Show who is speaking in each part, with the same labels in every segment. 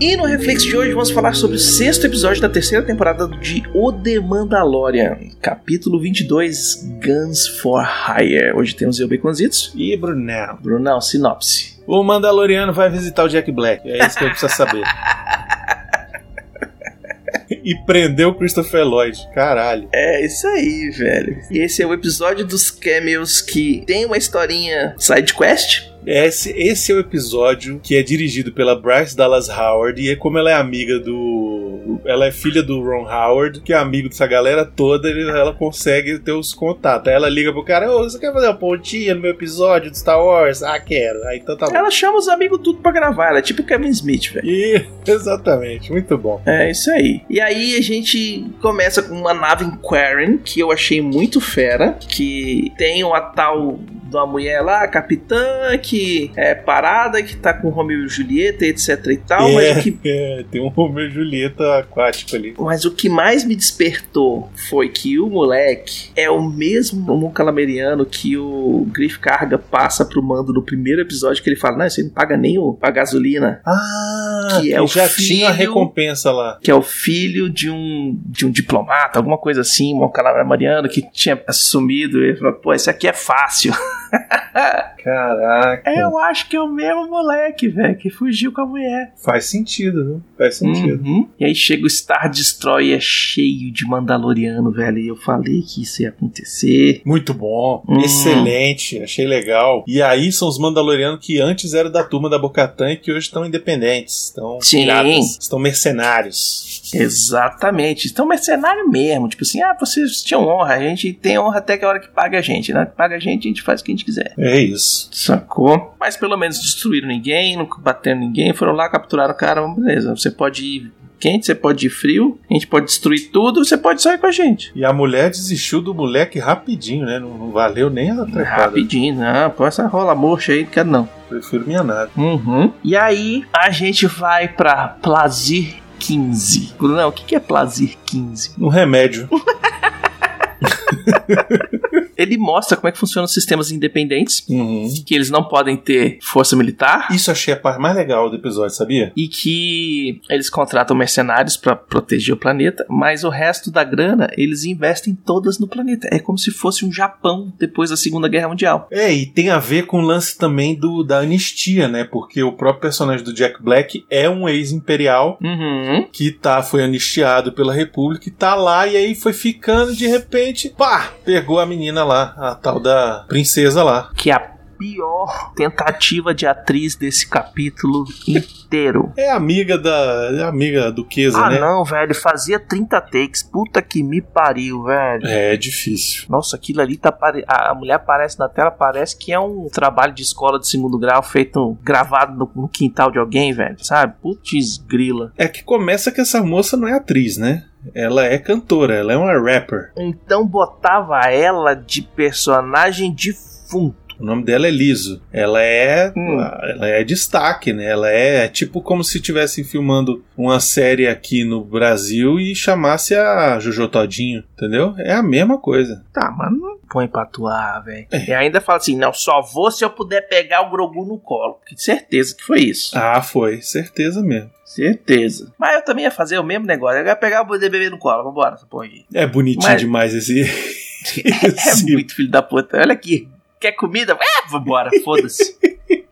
Speaker 1: E no Reflex de hoje vamos falar sobre o sexto episódio da terceira temporada de O The Mandalorian, capítulo 22, Guns for Hire. Hoje temos eu, Baconzitos.
Speaker 2: E Brunel,
Speaker 1: Brunão, sinopse.
Speaker 2: o Mandaloriano vai visitar o Jack Black. É isso que eu preciso saber. e prendeu o Christopher Lloyd. Caralho.
Speaker 1: É isso aí, velho. E esse é o episódio dos cameos que tem uma historinha side quest.
Speaker 2: Esse, esse é o episódio que é dirigido pela Bryce Dallas Howard. E é como ela é amiga do. Ela é filha do Ron Howard, que é amigo dessa galera toda, ele- ela consegue ter os contatos. Aí ela liga pro cara: Ô, você quer fazer uma pontinha no meu episódio de Star Wars? Ah, quero. Aí então tá bom.
Speaker 1: Ela chama os amigos tudo pra gravar, ela é tipo Kevin Smith, velho.
Speaker 2: E, exatamente, muito bom.
Speaker 1: É isso aí. E aí a gente começa com uma nave em Quarren, que eu achei muito fera, que tem uma tal de uma mulher lá, capitã, que é parada, que tá com Romeo e Julieta, etc e tal, mas, o que,
Speaker 2: É, tem um Romeo e Julieta aquático ali.
Speaker 1: mas o que mais me despertou foi que o moleque é o mesmo Mon calameriano que o Griff Carga passa pro mando no primeiro episódio, que ele fala, não, isso aí não paga nem o- a gasolina.
Speaker 2: Ah,
Speaker 1: que é o
Speaker 2: já
Speaker 1: filho-
Speaker 2: tinha a recompensa lá.
Speaker 1: que é o filho de um, de um diplomata, alguma coisa assim, um calamariano que tinha assumido. Ele falou, pô, esse aqui é fácil.
Speaker 2: Caraca.
Speaker 1: É, eu acho que é o mesmo moleque, velho, que fugiu com a mulher.
Speaker 2: Faz sentido, viu? Faz sentido.
Speaker 1: Uhum. E aí chega o Star Destroyer cheio de Mandaloriano, velho. E eu falei que isso ia acontecer.
Speaker 2: Muito bom,
Speaker 1: Hum.
Speaker 2: excelente, achei legal. E aí são os Mandalorianos que antes eram da turma da Bocatã e que hoje estão independentes, estão
Speaker 1: Sim.
Speaker 2: piratas, estão mercenários.
Speaker 1: Exatamente. Então, mercenário mesmo. Tipo assim, ah, vocês tinham honra. A gente tem honra até que a hora que paga a gente. Na hora que paga a gente, a gente faz o que a gente quiser.
Speaker 2: É isso.
Speaker 1: Sacou? Mas pelo menos destruíram ninguém, não bateram ninguém, foram lá, capturaram o cara, beleza. Você pode ir quente, você pode ir frio, a gente pode destruir tudo, você pode sair com a gente.
Speaker 2: E a mulher desistiu do moleque rapidinho, né? Não, não valeu nem a trepada.
Speaker 1: Rapidinho, não, pô, essa rola murcha aí, não quero não.
Speaker 2: Prefiro minha nave.
Speaker 1: Uhum. E aí, a gente vai pra Plazir 15. Não, o que que é Plazir 15?
Speaker 2: Um remédio.
Speaker 1: Ele mostra como é que funcionam os sistemas independentes,
Speaker 2: Uhum.
Speaker 1: que eles não podem ter força militar.
Speaker 2: Isso achei a parte mais legal do episódio, sabia?
Speaker 1: e que eles contratam mercenários pra proteger o planeta, mas o resto da grana eles investem todas no planeta. É como se fosse um Japão depois da Segunda Guerra Mundial.
Speaker 2: É, e tem a ver com o lance também do da anistia, né? Porque o próprio personagem do Jack Black é um ex-imperial
Speaker 1: Uhum.
Speaker 2: que tá, foi anistiado pela República e tá lá, e aí foi ficando de repente, pá! Pegou a menina lá, a tal da princesa lá.
Speaker 1: Que é a pior tentativa de atriz desse capítulo inteiro.
Speaker 2: É amiga da. É amiga duquesa,
Speaker 1: ah,
Speaker 2: né?
Speaker 1: não, velho. Fazia 30 takes. Puta que me pariu, velho.
Speaker 2: É, é difícil.
Speaker 1: Nossa, aquilo ali tá. pare- A a mulher aparece na tela, parece que é um trabalho de escola de segundo grau feito, gravado no, no quintal de alguém, velho. Sabe? Putz, grila.
Speaker 2: É que começa que essa moça não é atriz, né? Ela é cantora, ela é uma rapper.
Speaker 1: Então botava ela de personagem defunto.
Speaker 2: O nome dela é Liso. Ela é,
Speaker 1: Hum.
Speaker 2: ela é destaque, né? Ela é, tipo como se estivessem filmando uma série aqui no Brasil e chamasse a Jojo Todinho, entendeu? É a mesma coisa.
Speaker 1: Tá, mas não põe pra atuar, velho. E ainda fala assim: não, só vou se eu puder pegar o Grogu no colo. Porque certeza que foi isso.
Speaker 2: Ah, foi, certeza mesmo.
Speaker 1: Certeza. Mas eu também ia fazer o mesmo negócio. Eu ia pegar o bebê no colo. Vambora, essa porra aqui.
Speaker 2: É bonitinho
Speaker 1: Mas-
Speaker 2: demais esse.
Speaker 1: É
Speaker 2: esse-
Speaker 1: muito filho da puta. Olha aqui. Quer comida? É, vambora, foda-se.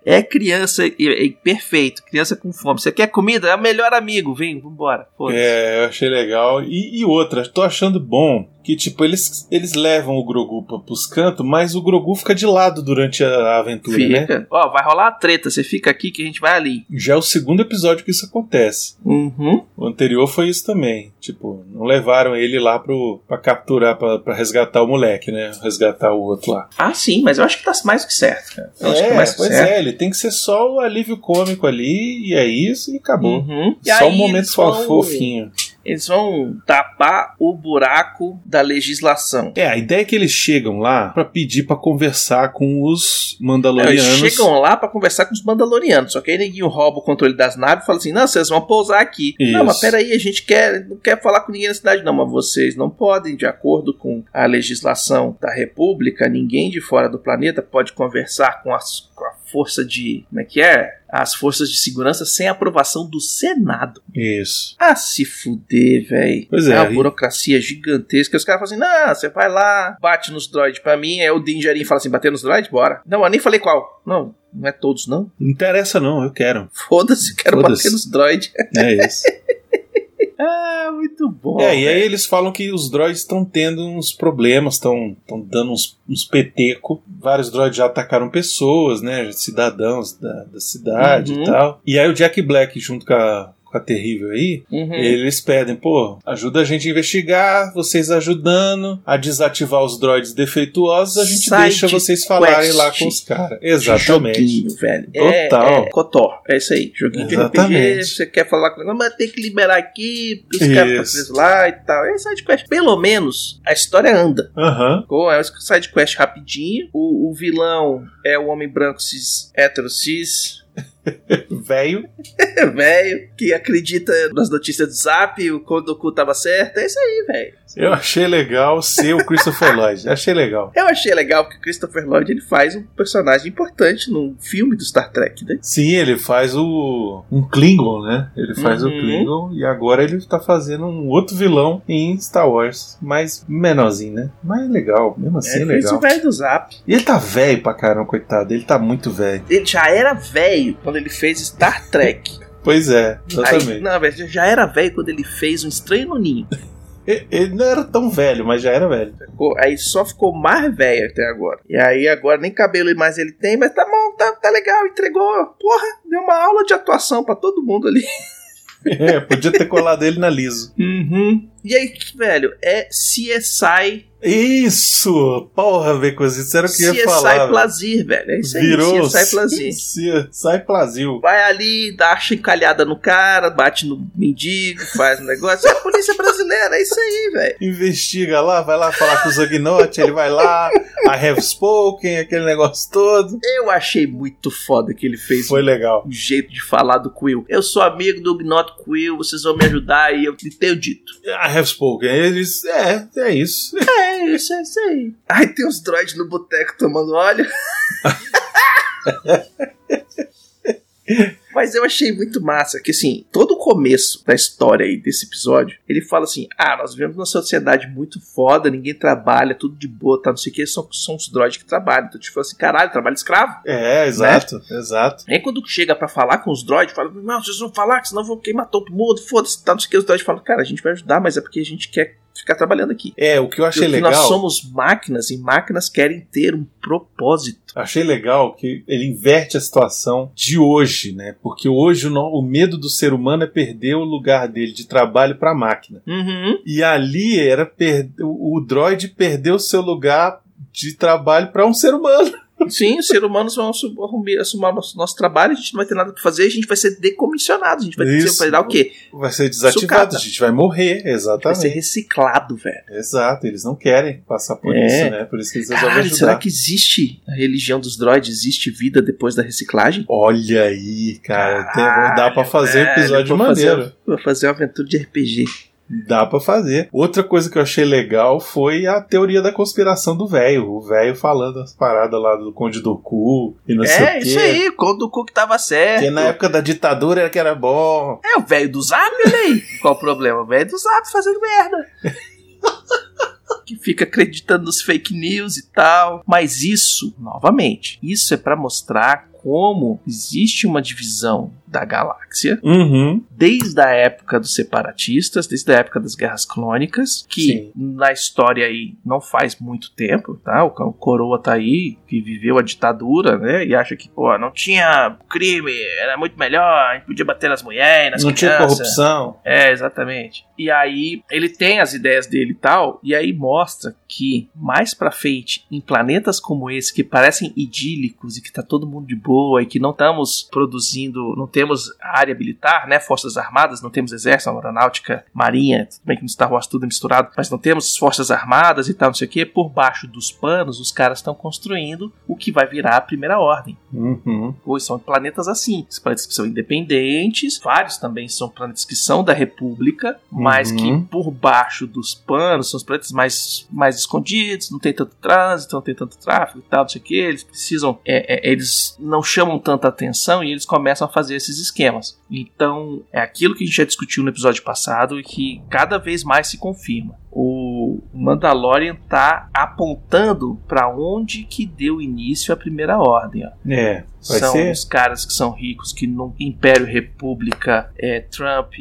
Speaker 1: É criança, é, é perfeito. Criança com fome. Você quer comida? É o melhor amigo. Vem, vambora. Foda-se.
Speaker 2: É, eu achei legal. E, e outra, tô achando bom que, tipo, eles, eles levam o Grogu pra, pros cantos, mas o Grogu fica de lado durante a, a aventura, né?
Speaker 1: Fica. Ó, vai rolar a treta. Você fica aqui que a gente vai ali.
Speaker 2: Já é o segundo episódio que isso acontece.
Speaker 1: Uhum.
Speaker 2: O anterior foi isso também. Tipo, não levaram ele lá pro, pra capturar, pra, pra resgatar o moleque, né? Resgatar o outro lá.
Speaker 1: Ah, sim, mas eu acho que tá mais que certo, cara. Eu acho que é mais que
Speaker 2: pois
Speaker 1: certo.
Speaker 2: é, ele tem que ser só o alívio cômico ali, e é isso, e acabou.
Speaker 1: Uhum. E
Speaker 2: só
Speaker 1: aí
Speaker 2: um momento
Speaker 1: eles vão-
Speaker 2: fofinho.
Speaker 1: Eles vão tapar o buraco da legislação.
Speaker 2: É, a ideia é que eles chegam lá pra pedir pra conversar com os
Speaker 1: Eles
Speaker 2: Mandalorianos.
Speaker 1: chegam lá pra conversar com os Mandalorianos, só que aí ninguém rouba o controle das naves e fala assim: não, vocês vão pousar aqui. Não,
Speaker 2: Isso.
Speaker 1: mas peraí, a gente quer, não quer falar com ninguém na cidade, não, mas vocês não podem, de acordo com a legislação da República, ninguém de fora do planeta pode conversar com, as- com a força de. Como é que é? As forças de segurança sem aprovação do Senado.
Speaker 2: Isso.
Speaker 1: Ah, se fuder, velho.
Speaker 2: Pois é,
Speaker 1: uma
Speaker 2: e-
Speaker 1: burocracia gigantesca. Os caras falam assim: não, você vai lá, bate nos droids pra mim. Aí o Dinjarin fala assim: bater nos droids? Bora. Não, eu nem falei qual. Não, não é todos, não.
Speaker 2: Não interessa, não, eu quero.
Speaker 1: Foda-se, eu quero
Speaker 2: Foda-se.
Speaker 1: bater nos droids.
Speaker 2: É isso.
Speaker 1: ah, muito bom.
Speaker 2: é, e aí
Speaker 1: velho.
Speaker 2: eles falam que os droids estão tendo uns problemas, estão dando uns, uns peteco. Vários droids já atacaram pessoas, né? Cidadãos da, da cidade
Speaker 1: Uhum.
Speaker 2: e tal. E aí o Jack Black, junto com a, com a Terrível aí,
Speaker 1: Uhum.
Speaker 2: Eles pedem, pô, ajuda a gente a investigar, vocês ajudando a desativar os droids defeituosos, a gente
Speaker 1: Side
Speaker 2: deixa vocês falarem lá
Speaker 1: quest.
Speaker 2: com os caras. Exatamente.
Speaker 1: Joguinho, velho.
Speaker 2: Total.
Speaker 1: É, é, cotó. É isso aí. Joguinho de
Speaker 2: Exatamente.
Speaker 1: RPG. Você quer falar com mas tem que liberar aqui, os caras estão
Speaker 2: Isso.
Speaker 1: presos lá e tal. É sidequest. Pelo menos a história anda.
Speaker 2: Aham.
Speaker 1: Sacou? É o side quest rapidinho. O, o vilão é o homem branco cis, hétero cis,
Speaker 2: Velho.
Speaker 1: velho, que acredita nas notícias do Zap, o Kodoku tava certo. É isso aí, velho.
Speaker 2: Eu achei legal ser o Christopher Lloyd. Achei legal.
Speaker 1: Eu achei legal porque o Christopher Lloyd ele faz um personagem importante num filme do Star Trek, né?
Speaker 2: Sim, ele faz o. um Klingon, né? Ele faz
Speaker 1: Uhum.
Speaker 2: o Klingon e agora ele tá fazendo um outro vilão em Star Wars. Mas menorzinho, né? Mas legal, mesmo assim
Speaker 1: é,
Speaker 2: é,
Speaker 1: fez o
Speaker 2: legal.
Speaker 1: velho do Zap.
Speaker 2: E ele tá velho pra caramba, coitado. Ele tá muito velho.
Speaker 1: Ele já era velho quando ele fez Star Trek.
Speaker 2: Pois é, exatamente.
Speaker 1: Aí, não, velho, já era velho quando ele fez um estranho no ninho.
Speaker 2: E- Ele não era tão velho, mas já era velho.
Speaker 1: Ficou- Aí só ficou mais velho até agora. E aí agora nem cabelo mais ele tem, mas tá bom, tá, tá legal, entregou. Porra, deu uma aula de atuação pra todo mundo ali.
Speaker 2: É, podia ter colado ele na liso.
Speaker 1: Uhum. E aí, que, velho, é CSI.
Speaker 2: Isso! Porra, ver coisa, isso era o que eu
Speaker 1: CSI
Speaker 2: ia falar.
Speaker 1: Plazer, velho. É isso aí,
Speaker 2: Virou
Speaker 1: CSI Plazer.
Speaker 2: Cia- Sai Plazil.
Speaker 1: Vai ali, dá a chincalhada no cara, bate no mendigo, faz um negócio. É a polícia brasileira, é isso aí, velho.
Speaker 2: Investiga lá, vai lá falar com o Zognotti, ele vai lá, I have spoken, aquele negócio todo.
Speaker 1: Eu achei muito foda que ele fez
Speaker 2: Foi legal.
Speaker 1: o jeito de falar do Quill. Eu sou amigo do Gnot Quill, vocês vão me ajudar e eu te tenho dito.
Speaker 2: I have spoken. Eles, é, é isso.
Speaker 1: É isso, é isso aí. Aí tem os droids no boteco tomando óleo. Mas eu achei muito massa que, assim, todo o começo da história aí desse episódio, ele fala assim: ah, nós vivemos numa sociedade muito foda, ninguém trabalha, tudo de boa, tá, não sei o que, são, são os droids que trabalham. Então, tipo assim, caralho, trabalho escravo.
Speaker 2: É, exato,
Speaker 1: Né?
Speaker 2: exato.
Speaker 1: Nem quando chega pra falar com os droids, fala, não, vocês vão falar, que senão eu vou queimar todo mundo, foda-se, tá, não sei o que. Os droids falam, cara, a gente vai ajudar, mas é porque a gente quer ficar trabalhando aqui.
Speaker 2: É, o que eu achei
Speaker 1: Porque
Speaker 2: legal.
Speaker 1: Nós somos máquinas e máquinas querem ter um propósito.
Speaker 2: Achei legal que ele inverte a situação de hoje, né? Porque hoje o, no- o medo do ser humano é perder o lugar dele de trabalho para a máquina.
Speaker 1: Uhum.
Speaker 2: E ali era per- o, o droid perdeu o seu lugar de trabalho para um ser humano.
Speaker 1: Sim, os seres humanos vão assu- arrumir- assumir o nosso, nosso trabalho, a gente não vai ter nada pra fazer, a gente vai ser decomissionado, a gente vai, ter,
Speaker 2: Isso.
Speaker 1: vai dar o quê?
Speaker 2: Vai ser desativado,
Speaker 1: Sucata.
Speaker 2: a gente vai morrer,
Speaker 1: Vai ser
Speaker 2: exatamente.
Speaker 1: reciclado, velho.
Speaker 2: Exato, eles não querem passar por
Speaker 1: É.
Speaker 2: isso, né? Por isso que eles resolvem
Speaker 1: Caralho, será
Speaker 2: ajudar.
Speaker 1: que existe a religião dos droids? Existe vida depois da reciclagem?
Speaker 2: Olha aí, cara, tem-
Speaker 1: Caralho,
Speaker 2: dá pra fazer
Speaker 1: velho,
Speaker 2: episódio
Speaker 1: vou fazer-
Speaker 2: maneiro.
Speaker 1: Vou fazer uma aventura de RPG.
Speaker 2: Dá pra fazer. Outra coisa que eu achei legal foi a teoria da conspiração do velho. O velho falando as paradas lá do Conde do Cu e não sei o quê.
Speaker 1: É, isso aí, quando o Cook tava certo.
Speaker 2: Porque na época da ditadura era que era bom.
Speaker 1: É o velho do Zap, olha aí. Qual o problema? O velho do Zap fazendo merda. que fica acreditando nos fake news e tal. Mas isso, novamente, isso é pra mostrar como existe uma divisão da galáxia
Speaker 2: Uhum.
Speaker 1: desde a época dos separatistas, desde a época das guerras clônicas, que
Speaker 2: Sim.
Speaker 1: na história aí não faz muito tempo, tá? O Cão Coroa tá aí, que viveu a ditadura, né? E acha que, pô, não tinha crime, era muito melhor, a gente podia bater nas mulheres, nas
Speaker 2: não tinha
Speaker 1: crianças.
Speaker 2: corrupção.
Speaker 1: É, exatamente. E aí ele tem as ideias dele e tal, e aí mostra que mais pra frente, em planetas como esse que parecem idílicos e que tá todo mundo de boa e que não estamos produzindo, não temos área militar, né? Forças armadas, não temos exército, aeronáutica, marinha, tudo bem que no Star Wars tudo é misturado, mas não temos forças armadas e tal, não sei o quê. Por baixo dos panos, os caras estão construindo o que vai virar a primeira ordem.
Speaker 2: Uhum.
Speaker 1: Pois são planetas assim. Esses planetas que são independentes, vários também são planetas que são da República, mas
Speaker 2: Uhum.
Speaker 1: que por baixo dos panos são os planetas mais, mais escondidos, não tem tanto trânsito, não tem tanto tráfego e tal, não sei o que. Eles precisam, é, é, eles não chamam tanta atenção e eles começam a fazer esses esquemas. Então, é aquilo que a gente já discutiu no episódio passado e que cada vez mais se confirma. O Mandalorian tá apontando para onde que deu início a primeira ordem. Ó
Speaker 2: É, vai
Speaker 1: são
Speaker 2: ser.
Speaker 1: os caras que são ricos, que não. Império, República, é, Trump,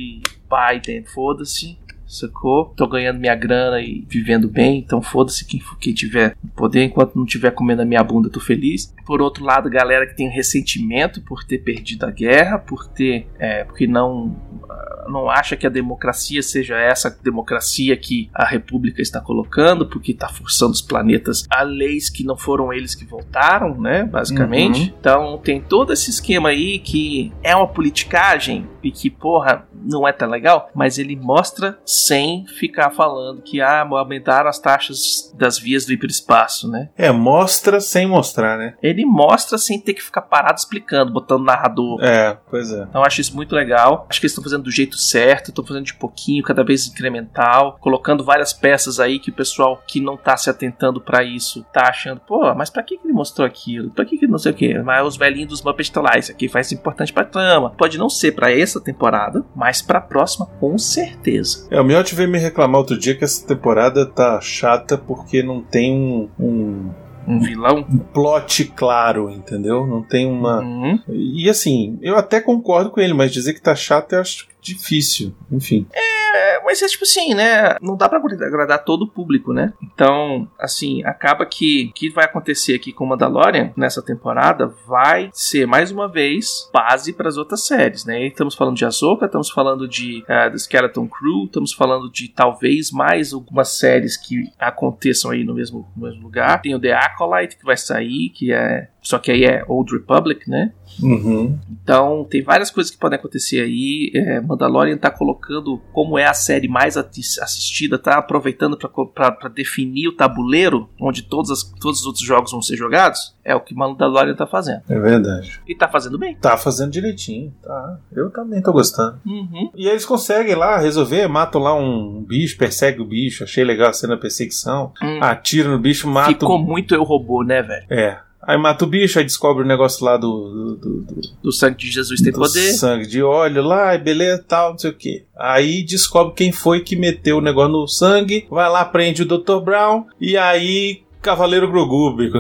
Speaker 1: Biden, foda-se. Sacou? Tô ganhando minha grana e vivendo bem, então foda-se quem, f- quem tiver no poder, enquanto não tiver comendo a minha bunda, tô feliz. Por outro lado, galera que tem ressentimento por ter perdido a guerra, por ter. é, porque não. ah, Não acha que a democracia seja essa democracia que a República está colocando, porque está forçando os planetas a leis que não foram eles que voltaram, né? Basicamente.
Speaker 2: Uhum.
Speaker 1: Então tem todo esse esquema aí que é uma politicagem e que, porra, não é tão legal, mas ele mostra sem ficar falando que ah, aumentaram as taxas das vias do hiperespaço, né?
Speaker 2: É, mostra sem mostrar, né?
Speaker 1: Ele mostra sem ter que ficar parado explicando, botando narrador.
Speaker 2: É, pois é.
Speaker 1: Então eu acho isso muito legal. Acho que eles estão fazendo do jeito certo, estão fazendo de pouquinho, cada vez incremental, colocando várias peças aí que o pessoal que não tá se atentando pra isso tá achando, pô, mas pra que que ele mostrou aquilo? Pra que que não sei o quê? Mas os velhinhos dos Muppets estão lá, isso aqui faz importante pra trama. Pode não ser pra essa temporada, mas pra próxima com certeza.
Speaker 2: É, o Miotti veio me reclamar outro dia que essa temporada tá chata porque não tem um, um
Speaker 1: Um vilão?
Speaker 2: plot claro, entendeu? Não tem uma.
Speaker 1: Hum.
Speaker 2: E assim, eu até concordo com ele, mas dizer que tá chato eu acho difícil. Enfim.
Speaker 1: É, mas é tipo assim, né? Não dá pra agradar todo o público, né? Então, assim, acaba que o que vai acontecer aqui com Mandalorian nessa temporada vai ser mais uma vez base para as outras séries, né? E estamos falando de Ahsoka, estamos falando de ah, The Skeleton Crew, estamos falando de talvez mais algumas séries que aconteçam aí no mesmo, no mesmo lugar. Tem o The Acolyte que vai sair, que é só que aí é Old Republic, né?
Speaker 2: Uhum.
Speaker 1: Então, tem várias coisas que podem acontecer aí. É, Mandalorian tá colocando como é a série mais ati- assistida, tá aproveitando para definir o tabuleiro onde todas as- todos os outros jogos vão ser jogados. É o que Mandalorian tá fazendo.
Speaker 2: É verdade.
Speaker 1: E tá fazendo bem.
Speaker 2: Tá fazendo direitinho, tá. Eu também tô gostando.
Speaker 1: Uhum.
Speaker 2: E aí eles conseguem lá resolver, matam lá um bicho, persegue o bicho, achei legal a cena da perseguição.
Speaker 1: Hum.
Speaker 2: Atira no bicho, mata
Speaker 1: Ficou
Speaker 2: o.
Speaker 1: muito eu robô, né, velho?
Speaker 2: É. Aí mata o bicho, aí descobre o negócio lá do- do- do- do
Speaker 1: Do sangue de Jesus tem
Speaker 2: do
Speaker 1: poder.
Speaker 2: sangue de óleo lá, e beleza, tal, não sei o que. Aí descobre quem foi que meteu o negócio no sangue, vai lá, prende o Dr. Brown, e aí Cavaleiro Grogu, bico.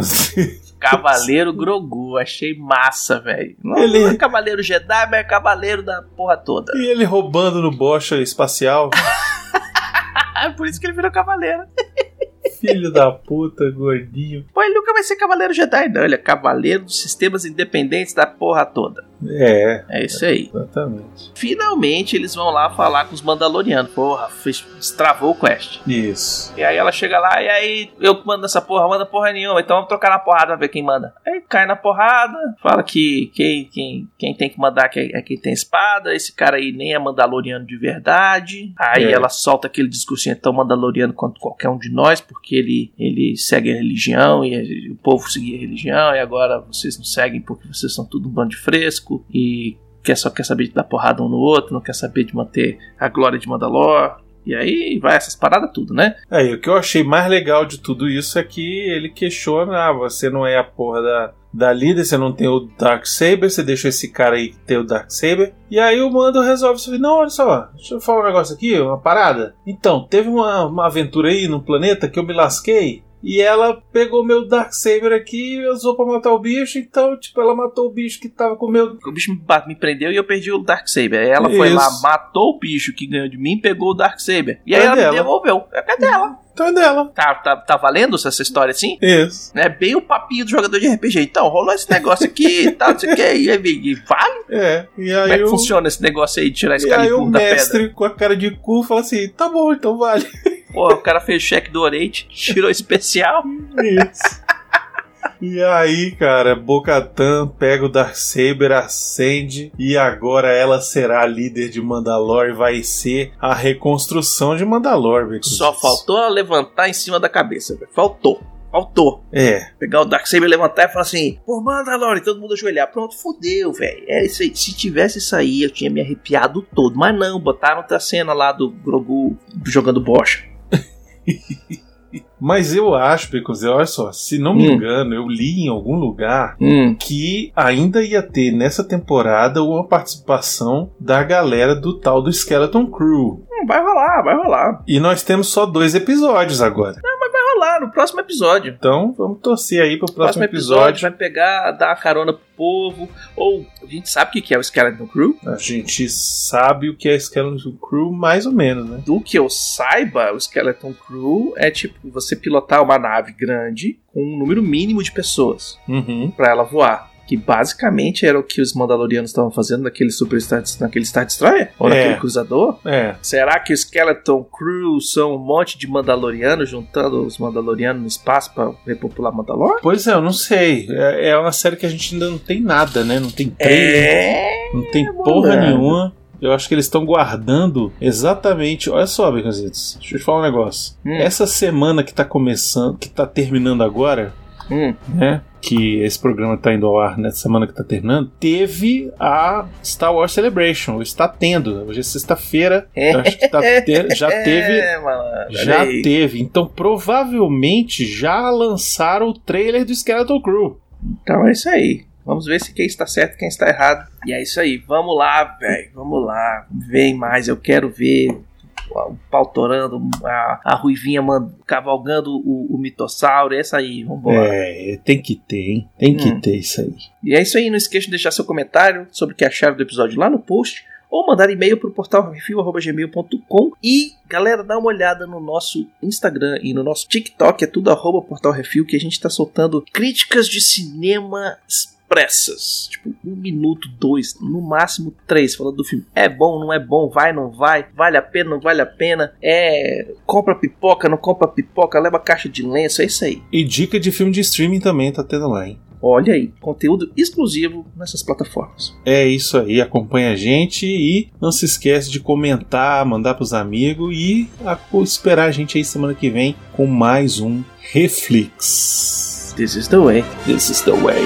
Speaker 1: Cavaleiro Grogu, achei massa, velho. Não,
Speaker 2: Ele-
Speaker 1: não é Cavaleiro Jedi, mas é Cavaleiro da porra toda.
Speaker 2: E ele roubando no bocha espacial,
Speaker 1: Ah, por isso que ele virou Cavaleiro.
Speaker 2: filho da puta, gordinho.
Speaker 1: Pô, ele nunca vai ser Cavaleiro Jedi, não. Ele é Cavaleiro dos Sistemas Independentes da porra toda.
Speaker 2: É,
Speaker 1: É isso aí.
Speaker 2: exatamente.
Speaker 1: Finalmente eles vão lá falar com os Mandalorianos. Porra, fez, destravou o quest.
Speaker 2: Isso.
Speaker 1: E aí ela chega lá, e aí eu que mando essa porra, manda porra nenhuma. Então vamos trocar na porrada pra ver quem manda. Aí cai na porrada, fala que quem, quem, quem tem que mandar que é, é quem tem espada. Esse cara aí nem é Mandaloriano de verdade. Aí
Speaker 2: É.
Speaker 1: ela solta aquele discursinho "É tão Mandaloriano quanto qualquer um de nós, porque ele, ele segue a religião e o povo seguia a religião, e agora vocês não seguem porque vocês são tudo um bando de fresco e. Quer só quer saber de dar porrada um no outro, não quer saber de manter a glória de Mandalor. E aí vai essas paradas tudo, né?
Speaker 2: Aí, É, o que eu achei mais legal de tudo isso é que ele questiona: ah, você não é a porra da, da líder, você não tem o Dark Saber, você deixou esse cara aí ter o Dark Saber. E aí o Mando resolve assim: não, olha só, deixa eu falar um negócio aqui, uma parada. Então, teve uma, uma aventura aí no planeta que eu me lasquei. E ela pegou meu Dark Saber aqui e usou pra matar o bicho, então, tipo, ela matou o bicho que tava com o meu.
Speaker 1: O bicho me, ba- me prendeu e eu perdi o Dark Saber. Aí ela foi
Speaker 2: Isso.
Speaker 1: lá, matou o bicho que ganhou de mim, pegou o Dark Saber. E aí
Speaker 2: É
Speaker 1: ela
Speaker 2: dela.
Speaker 1: me devolveu. É é dela.
Speaker 2: Então é dela.
Speaker 1: Tá, tá, tá valendo essa história assim?
Speaker 2: Isso.
Speaker 1: É bem o papinho do jogador de RPG. Então, rolou esse negócio aqui e tal, não sei o que. E, aí, e vale?
Speaker 2: É.
Speaker 1: Como
Speaker 2: E
Speaker 1: é
Speaker 2: aí
Speaker 1: que
Speaker 2: o.
Speaker 1: funciona esse negócio aí de tirar esse
Speaker 2: E aí o
Speaker 1: calibur da pedra?
Speaker 2: mestre com a cara de cu fala assim: tá bom, então vale.
Speaker 1: Porra, o cara fez cheque do Orate, tirou especial.
Speaker 2: Isso. E aí, cara, Bocatan pega o Darksaber, acende e agora ela será a líder de Mandalore, vai ser a reconstrução de Mandalore. Beco
Speaker 1: Só
Speaker 2: Dias.
Speaker 1: faltou ela levantar em cima da cabeça, velho. Faltou. Faltou.
Speaker 2: É,
Speaker 1: Pegar o Darksaber, levantar e falar assim: Pô, manda, Lore, todo mundo ajoelhar. Pronto, fodeu, velho. É isso aí. Se tivesse isso aí, eu tinha me arrepiado todo. Mas não, botaram outra cena lá do Grogu jogando bocha.
Speaker 2: mas eu acho, Pecos, olha só, se não me
Speaker 1: Hum.
Speaker 2: engano, eu li em algum lugar
Speaker 1: Hum.
Speaker 2: que ainda ia ter nessa temporada uma participação da galera do tal do Skeleton Crew.
Speaker 1: Hum, Vai rolar, vai rolar.
Speaker 2: E nós temos só dois episódios agora.
Speaker 1: Vai rolar no próximo episódio.
Speaker 2: Então vamos torcer aí pro próximo,
Speaker 1: próximo
Speaker 2: episódio.
Speaker 1: episódio vai pegar, dar uma carona pro povo. Ou a gente sabe o que que é o Skeleton Crew.
Speaker 2: A gente sabe o que é Skeleton Crew, mais ou menos, né?
Speaker 1: Do que eu saiba, o Skeleton Crew é tipo você pilotar uma nave grande com um número mínimo de pessoas
Speaker 2: Uhum.
Speaker 1: pra ela voar. Que basicamente era o que os Mandalorianos estavam fazendo naquele Super Star, naquele Star Destroyer ou
Speaker 2: É.
Speaker 1: naquele cruzador.
Speaker 2: É.
Speaker 1: Será que o Skeleton Crew são um monte de Mandalorianos juntando os Mandalorianos no espaço pra repopular Mandalor?
Speaker 2: Pois é, eu não sei. É, é uma série que a gente ainda não tem nada, né? Não tem trailer,
Speaker 1: É.
Speaker 2: não tem porra
Speaker 1: mano.
Speaker 2: nenhuma. Eu acho que eles estão guardando exatamente. Olha só, Beconzitos, deixa eu te falar um negócio.
Speaker 1: Hum.
Speaker 2: Essa semana que tá começando, que tá terminando agora,
Speaker 1: Hum.
Speaker 2: né? Que esse programa tá indo ao ar nessa semana que tá terminando, teve a Star Wars Celebration. Está tendo. Hoje é sexta-feira. Eu acho que tá te- já teve
Speaker 1: É, mano,
Speaker 2: Já
Speaker 1: olha aí.
Speaker 2: teve. Então, provavelmente já lançaram o trailer do Skeleton Crew.
Speaker 1: Então é isso aí. Vamos ver se quem está certo e quem está errado. E é isso aí. Vamos lá, velho. Vamos lá. Vem mais. Eu quero ver o pau torando, a, a Ruivinha man- cavalgando o, o mitossauro. É isso aí. Vambora.
Speaker 2: É, tem que ter, hein? Tem que
Speaker 1: Hum.
Speaker 2: ter isso aí.
Speaker 1: E é isso aí. Não esqueça de deixar seu comentário sobre o que acharam do episódio lá no post. Ou mandar e-mail para o portal refil.gmail.com. E, galera, dá uma olhada no nosso Instagram e no nosso TikTok. É tudo arroba portal refil que a gente está soltando críticas de cinema expressas. Tipo, um minuto, dois, no máximo três, falando do filme. É bom, não é bom, vai, não vai, vale a pena, não vale a pena. É. Compra pipoca, não compra pipoca, leva caixa de lenço, é isso aí.
Speaker 2: E dica de filme de streaming também tá tendo lá, hein?
Speaker 1: Olha aí, conteúdo exclusivo nessas plataformas.
Speaker 2: É isso aí, acompanha a gente e não se esquece de comentar, mandar pros amigos e a- esperar a gente aí semana que vem com mais um Reflex.
Speaker 1: This is the way. This is the way.